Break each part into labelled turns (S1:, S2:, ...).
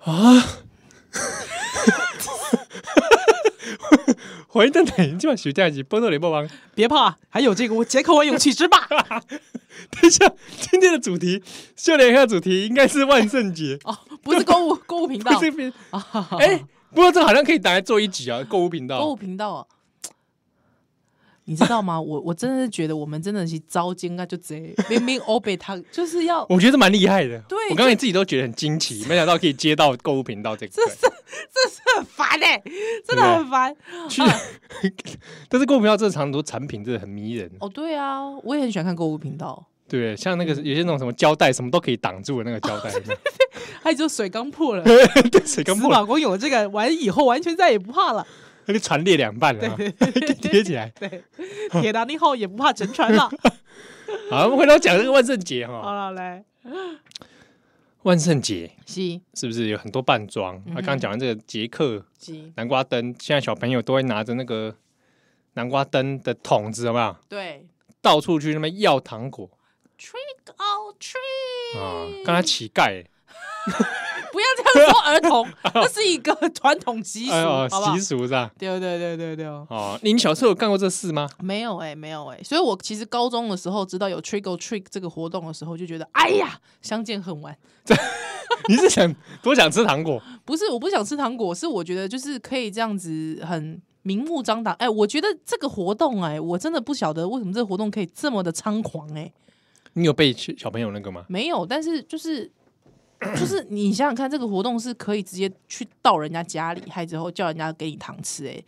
S1: あ回到哪一句嘛？徐代记波多雷波王。
S2: 别怕，还有这个我解渴我勇气之霸，
S1: 等一下，今天的主题，秀莲的主题应该是万圣节
S2: 哦，不是购物购物频道
S1: 不是 别？哎，不过这好像可以拿来做一集啊，购物频
S2: 购物
S1: 道。
S2: 频道啊。你知道吗？我我真的是觉得我们真的是糟践啊，就贼明明欧北他就是 要
S1: 我觉得蛮厉害的，
S2: 对
S1: 我刚才自己都觉得很惊奇，没想到可以接到购物频道 这个，
S2: 很烦哎、真的很烦。
S1: 去，但是购物频道这常很多产品真的很迷人，
S2: 哦，对啊，我也很喜欢看购物频道，
S1: 对，像那
S2: 嗯
S1: 个有些那种什么胶带，什么都可以挡住的那个胶 带，有没有
S2: 还哎有就是水刚 破了，
S1: 对，水跟
S2: 死
S1: 破了，
S2: 老公有了这个完以后完全再也不怕了，
S1: 那就船裂两半了啊， 给贴起来。
S2: 对，铁达尼号也不怕沉船 了。
S1: 好，我们回头讲这个万圣节
S2: 好
S1: 哈，
S2: 了，来，
S1: 万圣节
S2: 吸
S1: 是不是有很多扮
S2: 嗯
S1: 装？啊，刚刚讲完这个杰克
S2: 吸，
S1: 南瓜灯，现在小朋友都会拿着那个南瓜灯的桶子，好不好？
S2: 对
S1: 到处去那边要糖果
S2: ，trick or treat，
S1: 啊，跟他乞丐、
S2: 不要这样说儿 童，那是一个传统习俗，
S1: 哦哎呦
S2: 好不好
S1: 习？俗是吧？
S2: 对对对对对哦，
S1: 哦，你小时候有干过这事吗？
S2: 没有哎、没有哎、所以我其实高中的时候知道有 trick or treat 这个活动的时候，就觉得哎呀，相见恨晚。
S1: 你是想多想吃糖果？
S2: 不是，我不想吃糖果，是我觉得就是可以这样子很明目张胆。哎、我觉得这个活动、哎，我真的不晓得为什么这个活动可以这么的猖狂、哎，
S1: 你有被小朋友那个吗？
S2: 没有，但是就是。 就是你想想看，这个活动是可以直接去到人家家里，还之后叫人家给你糖吃、哎，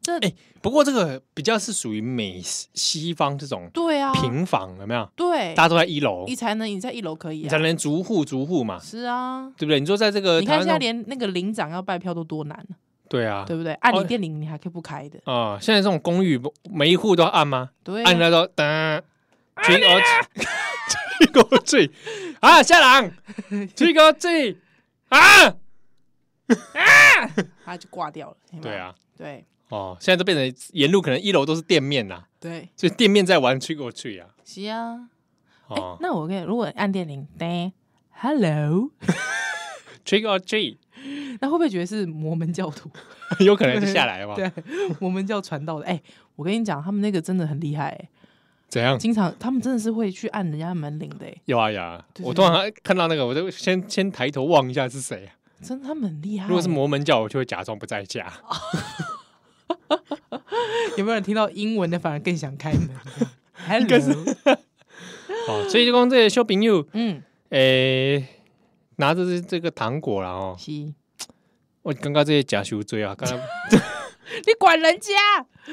S2: 这、
S1: 哎不过这个比较是属于美西方这种
S2: 对啊，
S1: 平房，有没有？
S2: 对，
S1: 大家都在一楼
S2: 你，才能你在一楼可以
S1: 你才
S2: 啊，
S1: 能逐户逐户嘛，
S2: 是啊，
S1: 对不对？你说在这个
S2: 你
S1: 台
S2: 看
S1: 湾
S2: 现在
S1: 这种
S2: 连那个领长要拜票都多难啊，
S1: 对啊，
S2: 对不对？按
S1: 哦
S2: 你电铃你还可以不开的，
S1: 啊，现在这种公寓不每一户都要按吗？
S2: 对啊、
S1: 按那个噔，吹
S2: 哎
S1: 个 吹个嘴啊，下 狼，吹个嘴啊，
S2: 他就挂掉了，有没有
S1: 对，啊，
S2: 对
S1: 哦，现在都变成沿路可能一楼都是店面啦，
S2: 对，
S1: 所以店面在玩吹过去啊，
S2: 是啊。哎、
S1: 哦，
S2: 那我跟你，如果按电铃，叮，hello，
S1: 吹个嘴，
S2: 那会不会觉得是摩门教徒？
S1: 有可能就下来嘛，
S2: 对，摩门教传道的。哎、我跟你讲，他们那个真的很厉害、哎
S1: 怎样？
S2: 经常他们真的是会去按人家门铃的、哎，
S1: 有啊有啊，
S2: 对
S1: 我
S2: 对
S1: 通常看到那个，我就先先抬头望一下是谁啊。
S2: 真的他们很厉害。欸
S1: 如果是摩门教，我就会假装不在家。
S2: 哦有没有人听到英文的，反而更想开 门
S1: 该是
S2: ？hello，
S1: 哦，所以就讲这些小朋友，
S2: 嗯，
S1: 诶，拿着这这个糖果啦哦，
S2: 是，你
S1: 我刚刚这些假修追啊，刚刚。
S2: 管人家？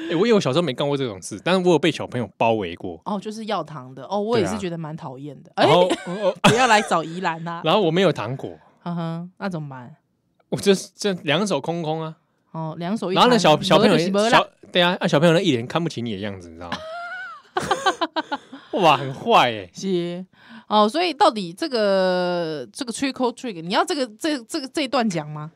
S1: 欸，我因为我小时候没干过这种事，但是我有被小朋友包围过，
S2: 哦，就是要糖的。哦，我
S1: 对
S2: 也
S1: 啊
S2: 是觉得蛮讨厌的。哎、
S1: 然后、呃
S2: 不要来找宜兰 呐、
S1: 然后我没有糖果，
S2: 哈哈，那怎么办？
S1: 我就这两手空空啊。
S2: 哦，两手一
S1: 然后那
S2: 摊
S1: 小小朋友
S2: 没就是没啦
S1: 小对啊，那小朋友那一脸看不起你的样子，你知道吗？ 哇，很坏哎、
S2: 是哦，所以到底这个这个 trick or trick，你要这个这这个这一段讲吗？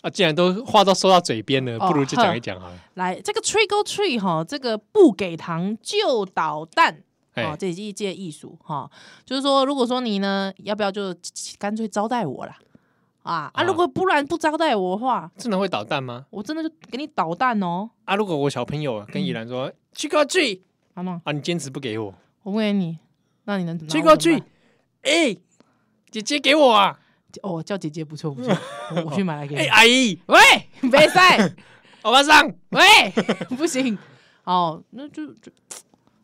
S1: 啊，既然都话都说到嘴边了，
S2: 哦
S1: 不如就讲一讲好了。
S2: 来，这个 trick or trick 哈、这个不给糖就捣蛋。
S1: 哎、
S2: 哦，这也是一件艺术哈、就是说，如果说你呢，要不要就干脆招待我啦？啊啊，
S1: 啊
S2: 如果不然不招待我的话，
S1: 真的会捣蛋吗？
S2: 我真的就给你捣蛋哦，
S1: 啊，如果我小朋友跟依兰说、去给我去
S2: 好吗？
S1: 啊，你坚持不给我，
S2: 我问你，那你能拿
S1: 去
S2: 我
S1: 给我
S2: 怎么
S1: 去
S2: 办，
S1: 哎、姐姐给我啊，
S2: 哦，叫姐姐不错 不错，我我去买来给
S1: 哎、
S2: 你。
S1: 阿姨，
S2: 喂，别赛。
S1: 欧巴桑，
S2: 喂，不行，哦，那就就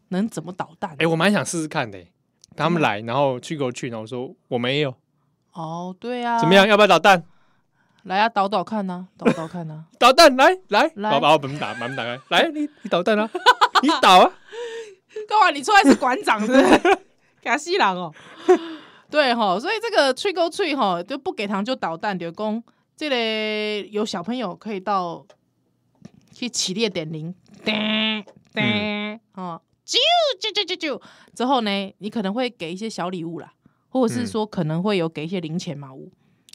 S2: 能怎么捣蛋？
S1: 哎、我蛮想试试看的欸、他们来，然后去给我去，然后我说我没有，
S2: 哦，对啊，
S1: 怎么？样？要不要捣蛋？
S2: 来啊，捣捣看呐、捣捣看啊呐、
S1: 捣蛋，来来，
S2: 来
S1: 把把我门打，把门打开， 来，你你捣蛋啊，你捣啊，
S2: 干啊嘛？你出来是馆长是不是？ 卡西郎 哦，对哈、所以这个吹勾吹哈，就不给糖就捣蛋，就讲这里有小朋友可以到去起列点铃，叮
S1: 嗯
S2: 叮哦，啾啾啾啾啾，之后呢，你可能会给一些小礼物啦，或者是
S1: 嗯
S2: 说可能会有给一些零钱嘛，有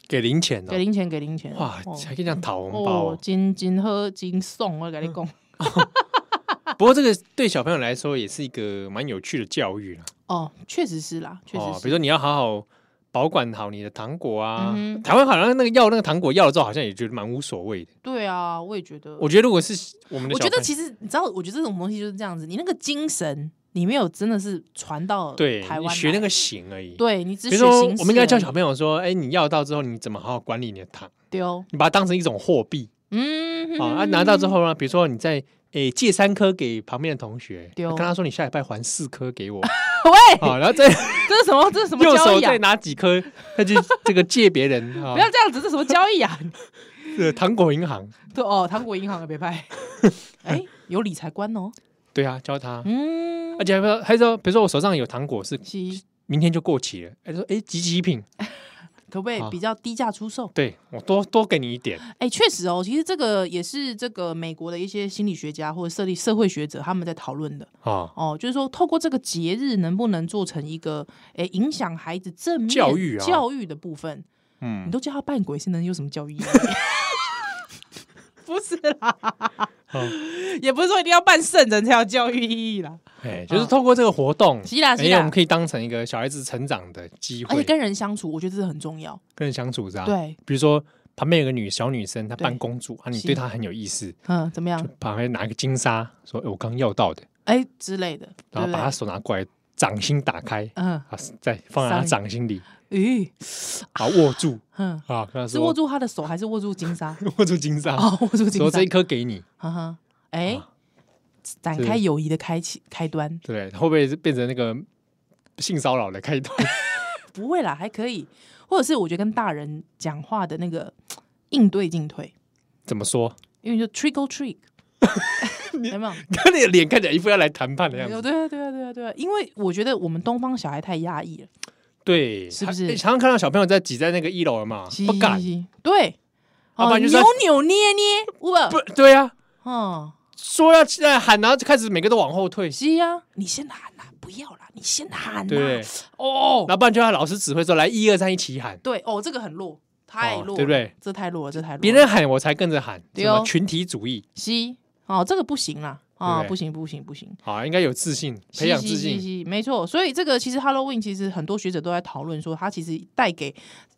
S1: 给零钱
S2: 给
S1: 哦，
S2: 零钱，给零钱。
S1: 哇，
S2: 哦
S1: 还可以这样讨红包
S2: 哦
S1: 哦，。嗯
S2: 真真好，真爽，我跟你讲。
S1: 不过这个对小朋友来说也是一个蛮有趣的教育啦。啊
S2: 哦，确实是啦，确实
S1: 哦，
S2: 是。
S1: 比如说你要好好保管好你的糖果啊。
S2: 嗯哼
S1: 台湾好像那个要那个糖果要了之后，好像也觉得蛮无所谓的。
S2: 对啊，我也觉得。
S1: 我觉得如果是我们的
S2: 我
S1: 小
S2: 觉
S1: 朋友，
S2: 得其实你知道，我觉得这种东西就是这样子，你那个精神你没有真的是传到
S1: 对
S2: 台
S1: 你
S2: 湾
S1: 学那
S2: 来，
S1: 个型而已。
S2: 对你只
S1: 比
S2: 学
S1: 如说，
S2: 形
S1: 我们应该
S2: 式
S1: 教
S2: 而已
S1: 小朋友说：“哎，你要到之后，你怎么好好管理你的糖？
S2: 丢，
S1: 你把它当成一种货币
S2: 嗯，
S1: 啊。啊，拿到之
S2: 后
S1: 后呢，比如说你再诶借三颗给旁边的同学，
S2: 对
S1: 跟他说你下礼拜还四颗给 我
S2: 喂，
S1: 啊，然 后再
S2: 这是什么？这是什么
S1: 右
S2: 交
S1: 手
S2: 易啊
S1: 再？拿几颗，再去 这个借别人啊
S2: 不。要这样子，这是什么交易啊？
S1: 呃糖果银行，
S2: 对哦，糖果银行的别拍，哎，有理财观哦，
S1: 对啊，教他。
S2: 嗯
S1: 而，且还说还说，比如说我手上有糖果是
S2: 其
S1: 明天就过期了，哎说哎集齐品，
S2: 可不可以
S1: 啊
S2: 比较低价出售？
S1: 对我多多给你一点，
S2: 哎，确实哦，其实这个也是这个美国的一些心理学家或者社立社会学者他们在讨论的。
S1: 啊，
S2: 哦，就是说透过这个节日能不能做成一个诶影响孩子正面
S1: 教育啊
S2: 教育的部分？你
S1: 嗯，
S2: 都叫他扮鬼，是能有什么教育意义？ 不是啦，
S1: 好
S2: 也不是说一定要扮圣人才有教育意义啦，
S1: 哎，就是透过这个活动，
S2: 是啦是
S1: 哎，
S2: 啦
S1: 我们可以当成一个小孩子成长的机会
S2: 而
S1: 啊
S2: 且，哦跟人相处，我觉得这是很重要。
S1: 跟人相处是吧？，
S2: 对，
S1: 比如说旁边有个女小女生，她
S2: 对
S1: 扮公主啊，你
S2: 是
S1: 对她很有意思，
S2: 嗯，怎么样？
S1: 旁边拿一个金沙，说哎我刚要到的，
S2: 哎之类的，
S1: 然后
S2: 对不
S1: 把
S2: 对
S1: 她手拿过来，掌心打开
S2: 嗯，
S1: 啊，再放在她
S2: 上瘾
S1: 掌心里，
S2: 咦，
S1: 啊握住
S2: 嗯，
S1: 啊，跟她
S2: 是
S1: 说
S2: 握住他的手还是握住金 沙？
S1: 握住金沙，
S2: 哦，握住金
S1: 说
S2: 沙
S1: 这一，颗给你。
S2: 哈哈，哎
S1: 啊，
S2: 展
S1: 是
S2: 开友谊的开启开端，
S1: 对，会不会是变成那个性骚扰的开端？
S2: 不会啦，还可以。或者是我觉得跟大人讲话的那个应对进退，
S1: 怎么说？
S2: 因为就 trick or trick，有没有？
S1: 看你的脸看起来一副要来谈判的样
S2: 有
S1: 子。
S2: 对啊，对啊，对啊，对啊。因为我觉得我们东方小孩太压抑了，
S1: 对，
S2: 是不是
S1: 他诶常常看到小朋友在挤在那个一楼了嘛，不敢，
S2: 嘻对，
S1: 要不
S2: 哦，
S1: 然就
S2: 扭
S1: 是要
S2: 扭捏捏，我
S1: 不对啊，
S2: 哦，
S1: 说要起来喊，然后就开始每个都往后退，
S2: 是啊，你先喊啦，不要啦，你先喊
S1: 对不对
S2: 啦，？哦，
S1: 然后不然就要老师指挥说来一二三一起喊，
S2: 对，哦，这个很弱，太
S1: 哦
S2: 弱了，
S1: 对不对？
S2: 这太弱了，这太弱了。
S1: 别人喊我才跟着喊，
S2: 对
S1: 什
S2: 哦
S1: 么群体主义
S2: 西哦，这个不行啦，
S1: 对
S2: 啊，
S1: 不对
S2: 不行，不行，不行。
S1: 啊，应该有自信，培养自
S2: 是是
S1: 信。
S2: 是是没错。所以这个其实 Halloween 其实很多学者都在讨论说，它其实带给，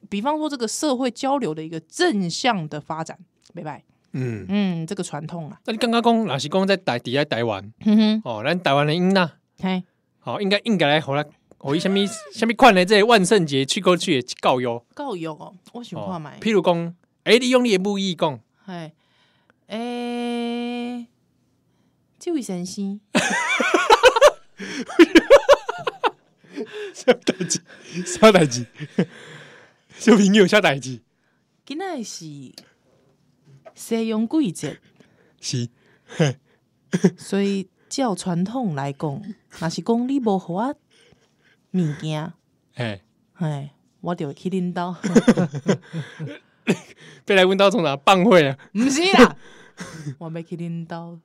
S2: 比方说这个社会交流的一个正向的发展，明白？
S1: 嗯，
S2: 嗯，这个传统啊，
S1: 那你刚刚讲老师讲在台底下台湾
S2: 哼嗯哼，
S1: 哦，咱台湾的囡呐，
S2: 嘿，
S1: 哦，应该应该来回来。哦，伊什么什么款的这个万圣节去过去的教育，
S2: 够用哦，我想看买，
S1: 譬如讲，诶、你用你的母语 讲，
S2: 嘿，诶、这位先生，
S1: 啥代志？啥代志？小朋友啥代志？
S2: 今仔是西洋季节，
S1: 是
S2: 所以照传统来讲，若是讲你无互我物件，
S1: 诶，
S2: 嘿，我就会去恁兜。
S1: 被来问到从哪放会啊？
S2: 唔是啦，我要去恁兜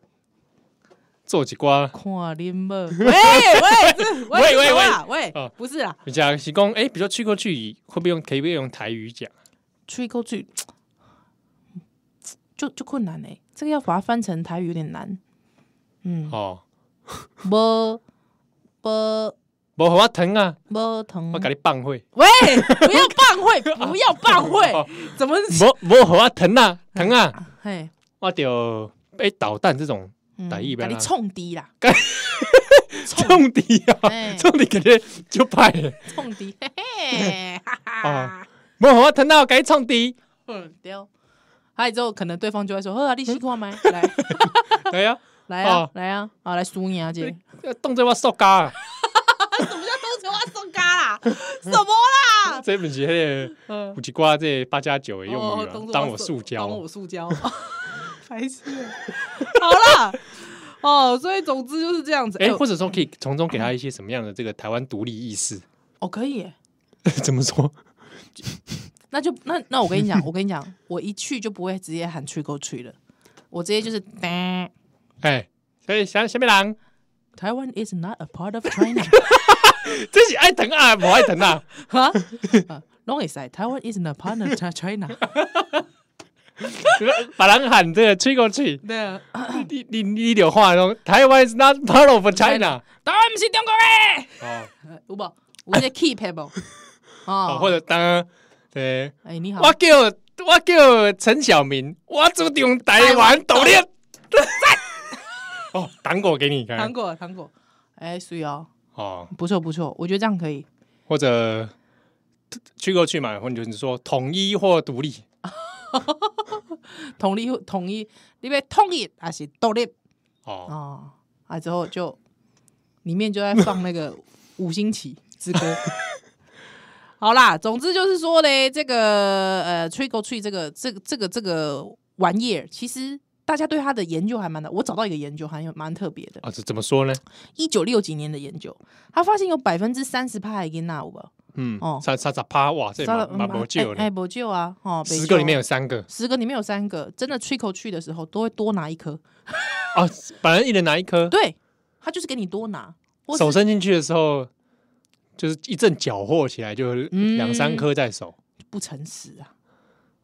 S1: 做一寡，
S2: 看恁某。喂喂
S1: 喂
S2: 这
S1: 喂
S2: 这什么啊
S1: 哦
S2: 喂，不是啦，
S1: 而且是讲，诶、比如说去过去会不会用可以不可以用台语讲？
S2: 吹口水就就困难嘞，这个要把它翻成台语有点难。嗯，
S1: 哦，
S2: 无无
S1: 无互我疼啊，
S2: 无疼
S1: 我。给你放会，
S2: 喂，不要棒会，不要棒会，怎么？
S1: 无无互我疼 啊疼
S2: 嗯
S1: 啊，
S2: 嘿，
S1: 我就被捣蛋这种
S2: 嗯
S1: 台语不
S2: 把
S1: 要
S2: 你
S1: 啦
S2: 冲低啦，
S1: 重敌啊，
S2: 哎
S1: 重敌感觉就歹的，
S2: 冲低，嘿嘿，哈哈。
S1: 无互我疼啊，我给你冲敌，
S2: 嗯，对哦。还有之后，可能对方就会说：“呵啊，你试看麦，来
S1: 对啊，
S2: 来啊，
S1: 哦
S2: 来啊，啊，来输赢啊， 姐。”
S1: 动作我塑胶啊。
S2: 东城话送嘎啦， 什么啦？
S1: 这本是迄个
S2: 嗯
S1: 有一挂这八加九的用语
S2: 哦东
S1: 啊，
S2: 城
S1: 当
S2: 话
S1: 我
S2: 送
S1: 塑胶
S2: 当我塑 胶，白痴。好啦，哦，所以总之就是这样子。哎
S1: 哎，
S2: 呦，
S1: 或者说可以从中给他一些什么样的这个台湾独立意识？
S2: 哦，可以耶，
S1: 怎么说？
S2: 那就那那我跟你讲， 我跟你讲，我一去就不会直接喊 trick or treat 了，我直接就是哒。
S1: 哎，所以下下面人，
S2: Taiwan is not a part of China，
S1: 这是爱疼啊，不爱疼啊，
S2: 哈，Long Uh, is I. Taiwan is not a part of China。
S1: 把人喊这个吹过去，
S2: 对啊，
S1: 你你你有话说，台湾 is not part of China
S2: 台湾不是中国的，
S1: 哦，
S2: 有无？有这 keep 无？
S1: 哦
S2: 哦，
S1: 或者当对，
S2: 哎、你好，
S1: 我叫我叫陈小明，我主张台湾独立。 哦，糖果给你
S2: 糖
S1: 看
S2: 果糖果，哎、水哦，
S1: 哦，
S2: 不错不错，我觉得这样可以。
S1: 或者去过去嘛，或者你说统一或独立，
S2: 统一统一，你被统一还是独立
S1: 哦，
S2: 哦？啊，之后就里面就在放那个五星旗之歌。 好啦，总之就是说嘞，这个呃吹 r 吹这个这个这个这个玩意儿，其实大家对它的研究还蛮的。我找到一个研究，还有蛮特别的，
S1: 啊，这怎么说呢？
S2: 一九六几年的研究，他发现有百分之三十帕的囡仔有吧？
S1: 嗯
S2: 哦，
S1: 三三十趴，哇，这蛮蛮不救
S2: 哎，
S1: 的，
S2: 不救啊！哦，
S1: 十个里面有三个
S2: 十个里面有三个真的吹口去的时候，都会多拿一颗。
S1: 哦，反正一人拿一颗，
S2: 对，他就是给你多拿，或
S1: 手
S2: 是
S1: 伸进去的时候，就是一阵搅和起来，就两三颗在手。
S2: 不诚实啊，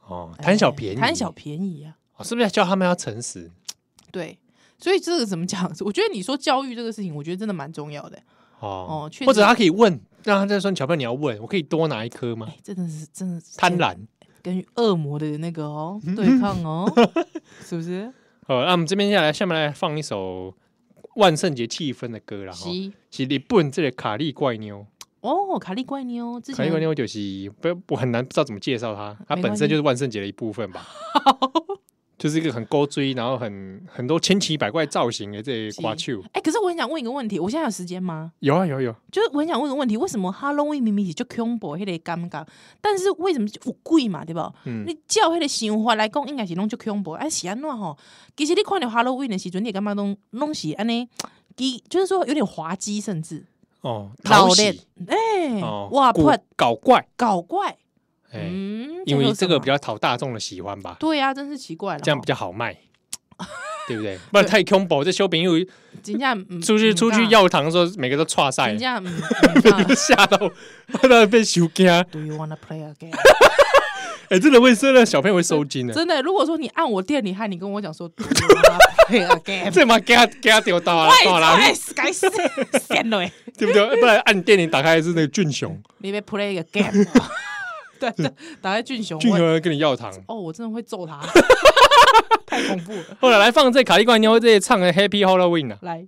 S1: 哦，贪小便宜，
S2: 哎贪小便宜啊，
S1: 哦是不是要叫他们要诚实？
S2: 对。所以这个怎么讲？ 我觉得你说教育这个事情，我觉得真的蛮重要的、
S1: 哦
S2: 哦确，实
S1: 或者他可以问，让他再说小朋友你要问，我可以多拿一颗吗
S2: 哎、？真的是真的是
S1: 贪婪。嗯
S2: 跟恶魔的那个哦对抗 哦，是不是？
S1: 哦，那我们这边下来，下面来放一首万圣节气氛的歌啦。哈，
S2: 是
S1: 是日本这个卡利怪妞，
S2: 哦，卡利怪妞之
S1: 卡
S2: 前
S1: 利怪妞就是不我很难不知道怎么介绍它，它
S2: 没
S1: 本
S2: 关
S1: 身
S2: 系
S1: 就是万圣节的一部分 吧。就是一个很勾追，然后很很多千奇百怪造型的这些
S2: 是
S1: 瓜球，
S2: 哎、可是我很想问一个问题，我现在有时间吗？
S1: 有啊有有，
S2: 就是我很想问个问题，为什么 Halloween 明明是就 combo 那个尴尬，但是为什么有贵嘛，对吧？
S1: 嗯，
S2: 你照迄个想法来讲，应该是拢足恐怖，哎是安怎吼？其实你看到 Halloween 的时阵，你会感觉拢拢是安尼，其就是说有点滑稽，甚至
S1: 哦，讨
S2: 热
S1: 喜
S2: 哎、
S1: 哦，
S2: 哇
S1: 古
S2: 泼
S1: 搞怪，
S2: 搞怪，
S1: 哎，
S2: 嗯，
S1: 因为
S2: 有
S1: 这
S2: 什
S1: 个
S2: 么
S1: 比较讨大众的喜欢吧，
S2: 对啊，真是奇怪了，
S1: 这样比较好 卖，对不对？不然太恐怖，这小朋友
S2: 吼真正嗯
S1: 出去出
S2: 啊
S1: 去，药堂的时候，每个都岔赛
S2: 真，正嗯，
S1: 吓到 吓到被羞惊，哎，
S2: Do you wanna play again？
S1: 真的会真的小朋友会收惊的，
S2: 真的，如果说你按我店里害你跟我讲说 Do you wanna play again？
S1: 这嘛给他给他丢到啊，到啦，
S2: 喂，该死， 先嘞，
S1: 对不对？不然按电铃打开是那个俊 雄，
S2: 你别 play again 哦。 对对，打开俊雄，
S1: 俊
S2: 我
S1: 雄要跟你要糖。
S2: 哦，我真的会揍 他，太恐怖了。
S1: 后来来放这卡利怪妞这些唱的 Happy Halloween 啊。
S2: 来，